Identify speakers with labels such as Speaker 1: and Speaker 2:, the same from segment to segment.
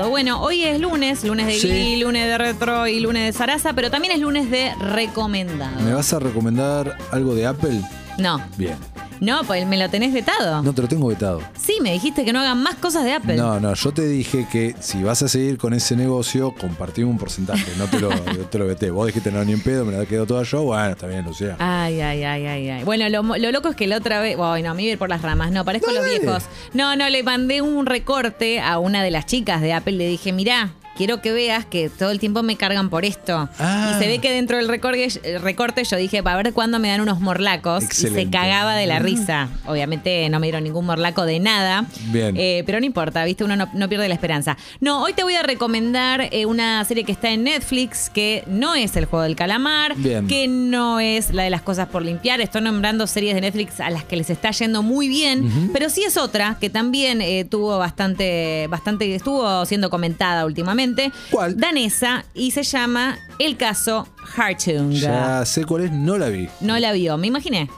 Speaker 1: Pero bueno, hoy es lunes, lunes de
Speaker 2: Sí.
Speaker 1: Glee, lunes de Retro y lunes de Sarasa, pero también es lunes de
Speaker 2: ¿Me
Speaker 1: recomendado.
Speaker 2: vas a recomendar algo de Apple?
Speaker 1: No,
Speaker 2: Bien.
Speaker 1: no, pues me lo tenés vetado.
Speaker 2: No te lo tengo vetado.
Speaker 1: Sí, me dijiste que no hagan más cosas de Apple.
Speaker 2: No, no, yo te dije que si vas a seguir con ese negocio, compartimos un porcentaje. No te lo, no te lo veté. Vos dijiste no ni en pedo, me la quedo toda yo. Bueno, está bien, Lucía.
Speaker 1: Ay, ay, ay, ay, ay. Bueno, lo, lo loco es que la otra vez. Ay, no, me iba a ir por las ramas. No, parezco los
Speaker 2: Dale.
Speaker 1: viejos. No, no, le mandé un recorte a una de las chicas de Apple. Le dije, mirá. Quiero que veas que todo el tiempo me cargan por esto.
Speaker 2: Ah.
Speaker 1: Y se ve que dentro del recorte, el recorte yo dije, para ver cuándo me dan unos morlacos. Y se
Speaker 2: Excelente. Mm.
Speaker 1: cagaba de la risa. Obviamente no me dieron ningún morlaco de nada.
Speaker 2: Bien.
Speaker 1: Eh, pero no importa, ¿viste? Uno no, no pierde la esperanza. No, hoy te voy a recomendar eh, una serie que está en Netflix, que no es El Juego del Calamar,
Speaker 2: Bien.
Speaker 1: que no es la de las cosas por limpiar. Estoy nombrando series de Netflix a las que les está yendo muy bien, pero sí es otra que también eh, tuvo bastante, bastante, estuvo siendo comentada últimamente.
Speaker 2: ¿Cuál?
Speaker 1: Danesa y se llama El caso Hartunga.
Speaker 2: Ya sé cuál es, no la vi.
Speaker 1: No la vio, me imaginé.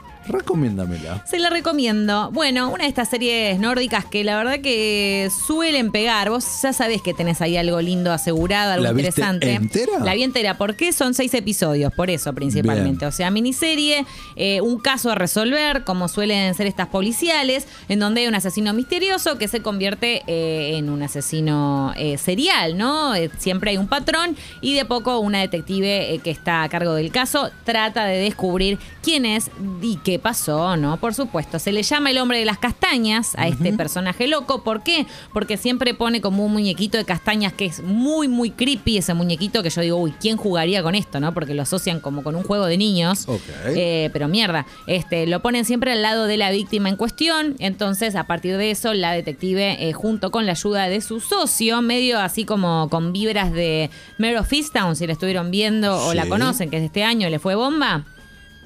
Speaker 2: Recomiéndamela.
Speaker 1: Se la recomiendo. Bueno, una de estas series nórdicas que la verdad que suelen pegar. Vos ya sabés que tenés ahí algo lindo asegurado, algo
Speaker 2: ¿La viste
Speaker 1: interesante.
Speaker 2: entera?
Speaker 1: La vi entera. ¿Por qué? Son seis episodios, por eso principalmente.
Speaker 2: Bien.
Speaker 1: O sea, miniserie, eh, un caso a resolver, como suelen ser estas policiales, en donde hay un asesino misterioso que se convierte eh, en un asesino eh, serial, ¿no? Eh, siempre hay un patrón y de poco una detective eh, que está a cargo del caso trata de descubrir quién es y qué pasó, ¿no? Por supuesto, se le llama el hombre de las castañas a este personaje loco. ¿Por qué? Porque siempre pone como un muñequito de castañas que es muy, muy creepy ese muñequito que yo digo, uy, ¿quién jugaría con esto, no? Porque lo asocian como con un juego de niños.
Speaker 2: Ok.
Speaker 1: Eh, pero mierda, este, lo ponen siempre al lado de la víctima en cuestión. Entonces, a partir de eso, la detective, eh, junto con la ayuda de su socio, medio así como con vibras de Mare of Easttown, si la estuvieron viendo o la
Speaker 2: Sí.
Speaker 1: conocen, que es de este año, le fue bomba.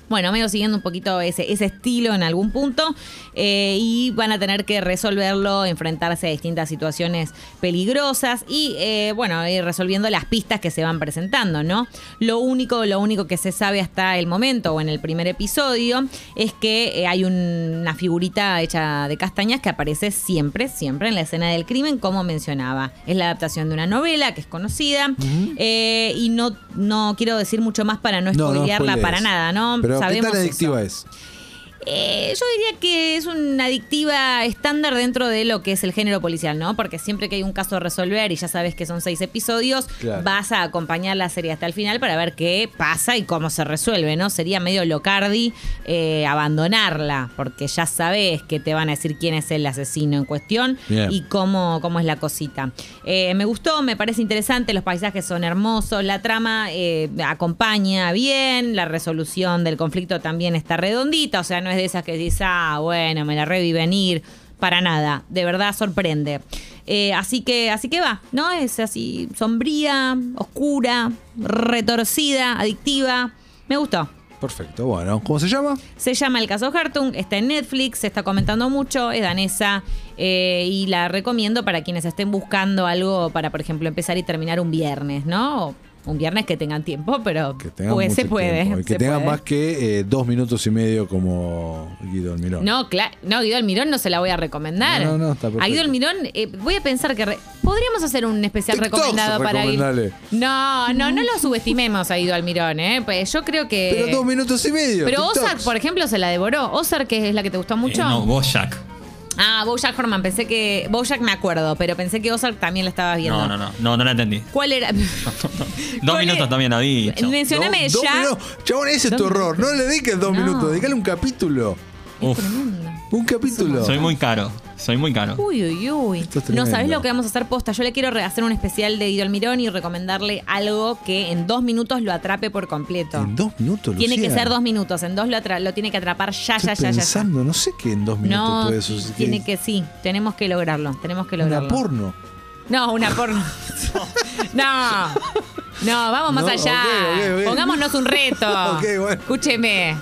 Speaker 1: Bueno, medio siguiendo un poquito ese, ese estilo en algún punto eh, y van a tener que resolverlo, enfrentarse a distintas situaciones peligrosas y eh, bueno, ir resolviendo las pistas que se van presentando, ¿no? Lo único, lo único que se sabe hasta el momento o en el primer episodio es que eh, hay un- una figurita hecha de castañas que aparece siempre, siempre en la escena del crimen, como mencionaba. Es la adaptación de una novela que es conocida eh, y no, no quiero decir mucho más para no spoilearla
Speaker 2: spoilees.
Speaker 1: para nada, ¿no?
Speaker 2: Pero
Speaker 1: Sabemos
Speaker 2: ¿qué
Speaker 1: eso.
Speaker 2: tan adictiva es?
Speaker 1: Eh, yo diría que es una adictiva estándar dentro de lo que es el género policial, ¿no? Porque siempre que hay un caso a resolver y ya sabes que son seis episodios,
Speaker 2: Claro.
Speaker 1: vas a acompañar la serie hasta el final para ver qué pasa y cómo se resuelve, ¿no? Sería medio locardi eh, abandonarla, porque ya sabes que te van a decir quién es el asesino en cuestión
Speaker 2: Bien.
Speaker 1: y cómo, cómo es la cosita. Eh, me gustó, me parece interesante, los paisajes son hermosos, la trama eh, acompaña bien, la resolución del conflicto también está redondita, o sea, no es de esas que dices, ah, bueno, me la revi venir, para nada, de verdad sorprende. Eh, así que así que va, ¿no? Es así sombría, oscura, retorcida, adictiva. Me gustó.
Speaker 2: Perfecto, bueno. ¿Cómo se llama?
Speaker 1: Se llama El caso Hartung, está en Netflix, se está comentando mucho, es danesa eh, y la recomiendo para quienes estén buscando algo para, por ejemplo, empezar y terminar un viernes, ¿no? O Un viernes que tengan tiempo, pero
Speaker 2: Que tenga
Speaker 1: pues,
Speaker 2: mucho
Speaker 1: se puede.
Speaker 2: tiempo. Y que
Speaker 1: se
Speaker 2: tenga
Speaker 1: puede.
Speaker 2: más que eh, dos minutos y medio como Guido Almirón.
Speaker 1: No, claro. No, Guido Almirón no se la voy a recomendar.
Speaker 2: No, no, no, está
Speaker 1: A Guido
Speaker 2: perfecto.
Speaker 1: Almirón, eh, voy a pensar que re- podríamos hacer un especial
Speaker 2: TikToks
Speaker 1: recomendado para Guido.
Speaker 2: recomendale.
Speaker 1: No, no, no lo subestimemos a Guido Almirón, ¿eh? Pues yo creo que.
Speaker 2: Pero dos minutos y medio.
Speaker 1: Pero
Speaker 2: TikToks.
Speaker 1: Ozark, por ejemplo, se la devoró. Ozark, que es la que te gustó mucho.
Speaker 3: Eh, no, vos, Jack.
Speaker 1: Ah, Bojack Horman, pensé que. Bojack me acuerdo, pero pensé que Ozark también la estabas viendo.
Speaker 3: No, no, no, no, no la entendí.
Speaker 1: ¿Cuál era?
Speaker 3: Dos
Speaker 1: ¿Cuál
Speaker 3: minutos
Speaker 1: es?
Speaker 3: también la vi. chao.
Speaker 2: Dos-
Speaker 1: Mencioname
Speaker 2: dos
Speaker 1: ya.
Speaker 2: minutos. Chabón, ese es tu
Speaker 1: Dos
Speaker 2: error. No le dediques dos
Speaker 1: No.
Speaker 2: minutos, dedícale un capítulo.
Speaker 3: Uf,
Speaker 2: Un capítulo.
Speaker 3: soy muy caro, soy muy caro.
Speaker 1: Uy, uy, uy.
Speaker 2: Esto
Speaker 1: No
Speaker 2: es tremendo.
Speaker 1: sabés lo que vamos a hacer posta. Yo le quiero re- hacer un especial de Guido Almirón y recomendarle algo que en dos minutos lo atrape por completo.
Speaker 2: En dos minutos,
Speaker 1: tiene que
Speaker 2: Lucía.
Speaker 1: ser dos minutos. En dos lo, atra- lo tiene que atrapar ya, ya,
Speaker 2: Estoy
Speaker 1: ya, ya, ya.
Speaker 2: pensando, no sé qué en dos minutos
Speaker 1: No,
Speaker 2: puede suceder.
Speaker 1: tiene que sí. Tenemos que lograrlo. Tenemos que lograrlo.
Speaker 2: Una porno.
Speaker 1: No, una porno. No. No, vamos más
Speaker 2: No,
Speaker 1: allá.
Speaker 2: ok, ok, ok.
Speaker 1: Pongámonos un reto.
Speaker 2: Ok, bueno.
Speaker 1: Escúcheme.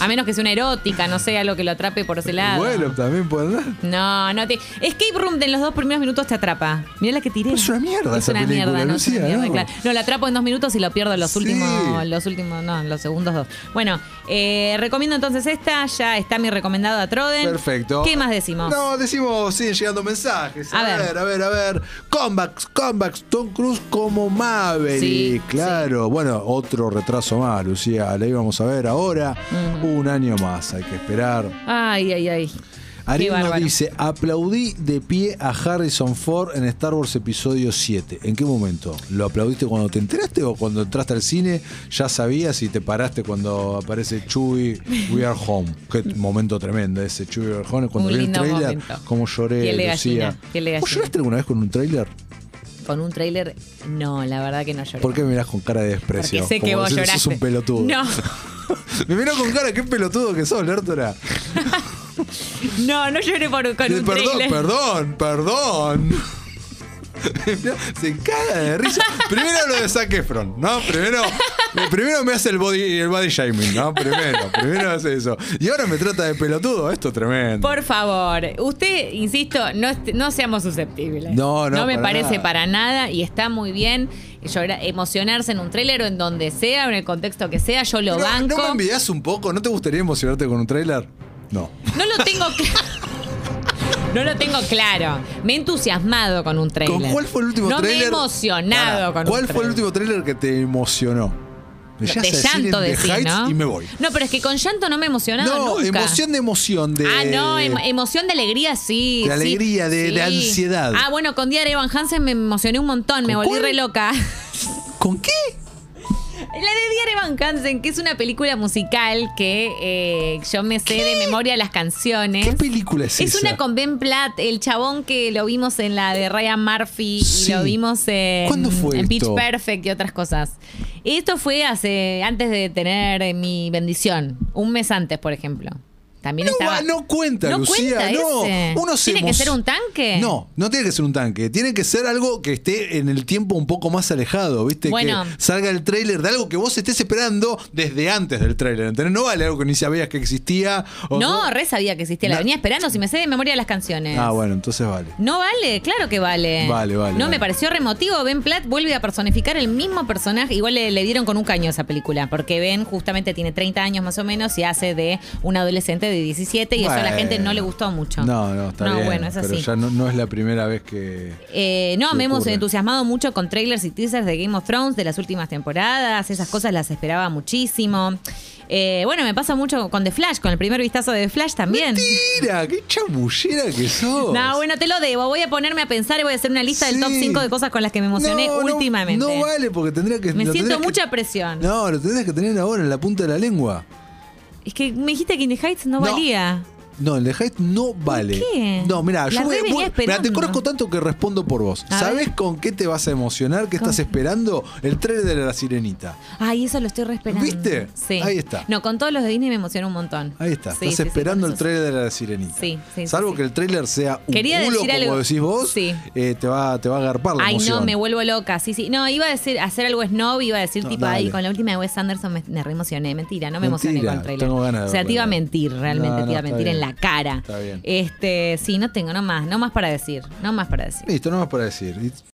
Speaker 1: A menos que sea una erótica, no sé, algo que lo atrape por ese lado.
Speaker 2: Bueno, también puede andar.
Speaker 1: No, no te. Escape Room de en los dos primeros minutos te atrapa. Mirá la que tiré.
Speaker 2: Es una mierda
Speaker 1: Es
Speaker 2: esa
Speaker 1: una
Speaker 2: película,
Speaker 1: mierda, no, es una
Speaker 2: Lucía,
Speaker 1: mierda,
Speaker 2: ¿no?
Speaker 1: claro. No, la atrapo en dos minutos y lo pierdo en los
Speaker 2: Sí.
Speaker 1: últimos. Los últimos, no, en los segundos dos. Bueno, eh, recomiendo entonces esta. Ya está mi recomendado a Troden.
Speaker 2: Perfecto.
Speaker 1: ¿Qué más decimos?
Speaker 2: No, decimos, siguen llegando mensajes.
Speaker 1: A
Speaker 2: A,
Speaker 1: ver.
Speaker 2: ver. a ver, a ver. comebacks, comebacks, Tom Cruise como Maverick.
Speaker 1: Sí,
Speaker 2: claro, bueno, otro retraso más, Lucía, la íbamos a ver ahora, un año más, hay que esperar.
Speaker 1: Ay, ay, ay.
Speaker 2: Ariel nos
Speaker 1: bárbaro.
Speaker 2: dice, aplaudí de pie a Harrison Ford en Star Wars episodio 7. ¿En qué momento? ¿Lo aplaudiste cuando te enteraste o cuando entraste al cine? ¿Ya sabías y te paraste cuando aparece Chewie We Are Home? Qué momento tremendo ese Chewie We Are Home.
Speaker 1: Muy
Speaker 2: Cuando vi el
Speaker 1: lindo
Speaker 2: trailer,
Speaker 1: momento.
Speaker 2: cómo lloré,
Speaker 1: Piel de
Speaker 2: Lucía.
Speaker 1: gallina, piel de
Speaker 2: ¿Vos
Speaker 1: gallina.
Speaker 2: lloraste alguna vez con un trailer?
Speaker 1: Con un tráiler, no, la verdad que no lloré.
Speaker 2: ¿Por qué me mirás con cara de desprecio?
Speaker 1: Porque sé
Speaker 2: Como
Speaker 1: que vos
Speaker 2: decir,
Speaker 1: lloraste.
Speaker 2: Sos un pelotudo.
Speaker 1: No,
Speaker 2: me mirás con cara, qué pelotudo que sos, Lertora.
Speaker 1: no, no lloré por, con
Speaker 2: Eh,
Speaker 1: un
Speaker 2: perdón,
Speaker 1: tráiler.
Speaker 2: perdón, perdón. Se caga de risa. Primero lo de Zac Efron, ¿no? Primero, eh, primero me hace el body, el body shaming, ¿no? Primero, primero hace eso. Y ahora me trata de pelotudo, esto es tremendo.
Speaker 1: Por favor, usted, insisto, no, est- no seamos susceptibles.
Speaker 2: No, no,
Speaker 1: No me
Speaker 2: para
Speaker 1: parece
Speaker 2: nada.
Speaker 1: para nada y está muy bien llorar- emocionarse en un tráiler o en donde sea, en el contexto que sea, yo lo
Speaker 2: Pero,
Speaker 1: banco.
Speaker 2: ¿No me envidias un poco? ¿No te gustaría emocionarte con un tráiler? No.
Speaker 1: No lo tengo claro. No lo tengo claro. Me he entusiasmado con un trailer.
Speaker 2: ¿Con cuál fue el último
Speaker 1: no
Speaker 2: tráiler?
Speaker 1: me he emocionado
Speaker 2: Pará,
Speaker 1: con
Speaker 2: ¿Cuál
Speaker 1: un
Speaker 2: fue
Speaker 1: tráiler.
Speaker 2: el último tráiler que te emocionó? Me llegas
Speaker 1: De
Speaker 2: a decir
Speaker 1: llanto
Speaker 2: en The
Speaker 1: decís,
Speaker 2: Heights
Speaker 1: ¿no?
Speaker 2: y me voy.
Speaker 1: No, pero es que con llanto no me he emocionado
Speaker 2: No,
Speaker 1: nunca.
Speaker 2: emoción de emoción de.
Speaker 1: Ah, no, em- emoción de alegría, sí.
Speaker 2: Este, De
Speaker 1: sí,
Speaker 2: alegría, de-
Speaker 1: sí.
Speaker 2: de ansiedad.
Speaker 1: Ah, bueno, con Diario Evan Hansen me emocioné un montón, me
Speaker 2: ¿Con
Speaker 1: volví
Speaker 2: cuál?
Speaker 1: re loca.
Speaker 2: ¿Con qué?
Speaker 1: La de Diario Evan Hansen, que es una película musical que eh, yo me sé de memoria las canciones.
Speaker 2: ¿Qué película es,
Speaker 1: Es
Speaker 2: esa?
Speaker 1: una con Ben Platt, el chabón que lo vimos en la de Ryan Murphy
Speaker 2: Sí.
Speaker 1: y lo vimos en,
Speaker 2: ¿Cuándo fue
Speaker 1: en
Speaker 2: esto?
Speaker 1: Pitch Perfect y otras cosas. Esto fue hace antes de tener eh, mi bendición, un mes antes, por ejemplo. También
Speaker 2: No,
Speaker 1: estaba.
Speaker 2: va- no cuenta,
Speaker 1: ¿No
Speaker 2: Lucía,
Speaker 1: cuenta
Speaker 2: no.
Speaker 1: ese?
Speaker 2: Uno se
Speaker 1: ¿Tiene que
Speaker 2: emo-
Speaker 1: ser un tanque?
Speaker 2: No, no tiene que ser un tanque. Tiene que ser algo que esté en el tiempo un poco más alejado, ¿viste?
Speaker 1: Bueno.
Speaker 2: Que salga el tráiler de algo que vos estés esperando desde antes del tráiler, ¿entendés? No vale algo que ni sabías que existía. o
Speaker 1: No, re sabía que existía. La
Speaker 2: No.
Speaker 1: venía esperando si me sé de memoria las canciones.
Speaker 2: Ah, bueno, entonces vale.
Speaker 1: No vale, claro que vale.
Speaker 2: Vale, vale,
Speaker 1: No,
Speaker 2: vale.
Speaker 1: me pareció remotivo. Ben Platt vuelve a personificar el mismo personaje. Igual le, le dieron con un caño a esa película, porque Ben justamente tiene 30 años más o menos y hace de un adolescente de 17 y eso a la
Speaker 2: Bueno.
Speaker 1: gente no le gustó mucho.
Speaker 2: No, no, está bien.
Speaker 1: No, bueno, es así.
Speaker 2: Pero ya no, no es la primera vez que.
Speaker 1: Eh, no,
Speaker 2: ¿Qué
Speaker 1: me hemos
Speaker 2: ocurre?
Speaker 1: entusiasmado mucho con trailers y teasers de Game of Thrones de las últimas temporadas. Esas cosas las esperaba muchísimo. Eh, bueno, me pasa mucho con The Flash, con el primer vistazo de The Flash también.
Speaker 2: Mira, qué chamullera que sos.
Speaker 1: No, bueno, te lo debo. Voy a ponerme a pensar y voy a hacer una lista del top
Speaker 2: Sí.
Speaker 1: 5 de cosas con las que me emocioné
Speaker 2: No, no,
Speaker 1: últimamente.
Speaker 2: No, vale, porque tendría que.
Speaker 1: Me
Speaker 2: lo
Speaker 1: siento
Speaker 2: tendrías que-
Speaker 1: mucha presión.
Speaker 2: No, lo tendrías que tener ahora en la punta de la lengua.
Speaker 1: Es que me dijiste que In the Heights no,
Speaker 2: No.
Speaker 1: valía.
Speaker 2: No, el de Hyde no vale.
Speaker 1: qué?
Speaker 2: No, mira,
Speaker 1: La
Speaker 2: yo voy,
Speaker 1: re venía
Speaker 2: voy- mirá, te
Speaker 1: esperando.
Speaker 2: conozco tanto que respondo por vos.
Speaker 1: A
Speaker 2: ¿Sabés
Speaker 1: ver.
Speaker 2: con qué te vas a emocionar? ¿Qué
Speaker 1: ¿Con
Speaker 2: estás
Speaker 1: qué?
Speaker 2: esperando? El trailer de la sirenita.
Speaker 1: Ay, eso lo estoy re esperando.
Speaker 2: ¿Viste?
Speaker 1: Sí.
Speaker 2: Ahí está.
Speaker 1: No, con todos los de Disney me emociona un montón.
Speaker 2: Ahí está.
Speaker 1: Sí,
Speaker 2: estás
Speaker 1: sí, sí,
Speaker 2: esperando
Speaker 1: con
Speaker 2: el
Speaker 1: esos-
Speaker 2: trailer de la sirenita.
Speaker 1: Sí, sí, sí,
Speaker 2: Salvo
Speaker 1: sí.
Speaker 2: que el trailer sea un
Speaker 1: Quería
Speaker 2: culo,
Speaker 1: decir
Speaker 2: como
Speaker 1: algo-
Speaker 2: decís vos,
Speaker 1: Sí.
Speaker 2: eh, te, va, te va a agarpar la
Speaker 1: Ay,
Speaker 2: emoción.
Speaker 1: no, me vuelvo loca. Sí, sí. No, iba a decir, a hacer algo snob, iba a decir
Speaker 2: No,
Speaker 1: tipo, ay,
Speaker 2: dale.
Speaker 1: con la última de Wes Anderson me, me re emocioné. Mentira, no me emocioné
Speaker 2: Mentira,
Speaker 1: con el trailer.
Speaker 2: tengo ganas de
Speaker 1: o sea, te
Speaker 2: verlo.
Speaker 1: iba a mentir, realmente
Speaker 2: No,
Speaker 1: te iba a
Speaker 2: no, está
Speaker 1: mentir en
Speaker 2: bien.
Speaker 1: la cara.
Speaker 2: Está bien.
Speaker 1: Este, sí, no tengo, no más, no más para decir, no más para decir.
Speaker 2: Listo, no más para decir. Y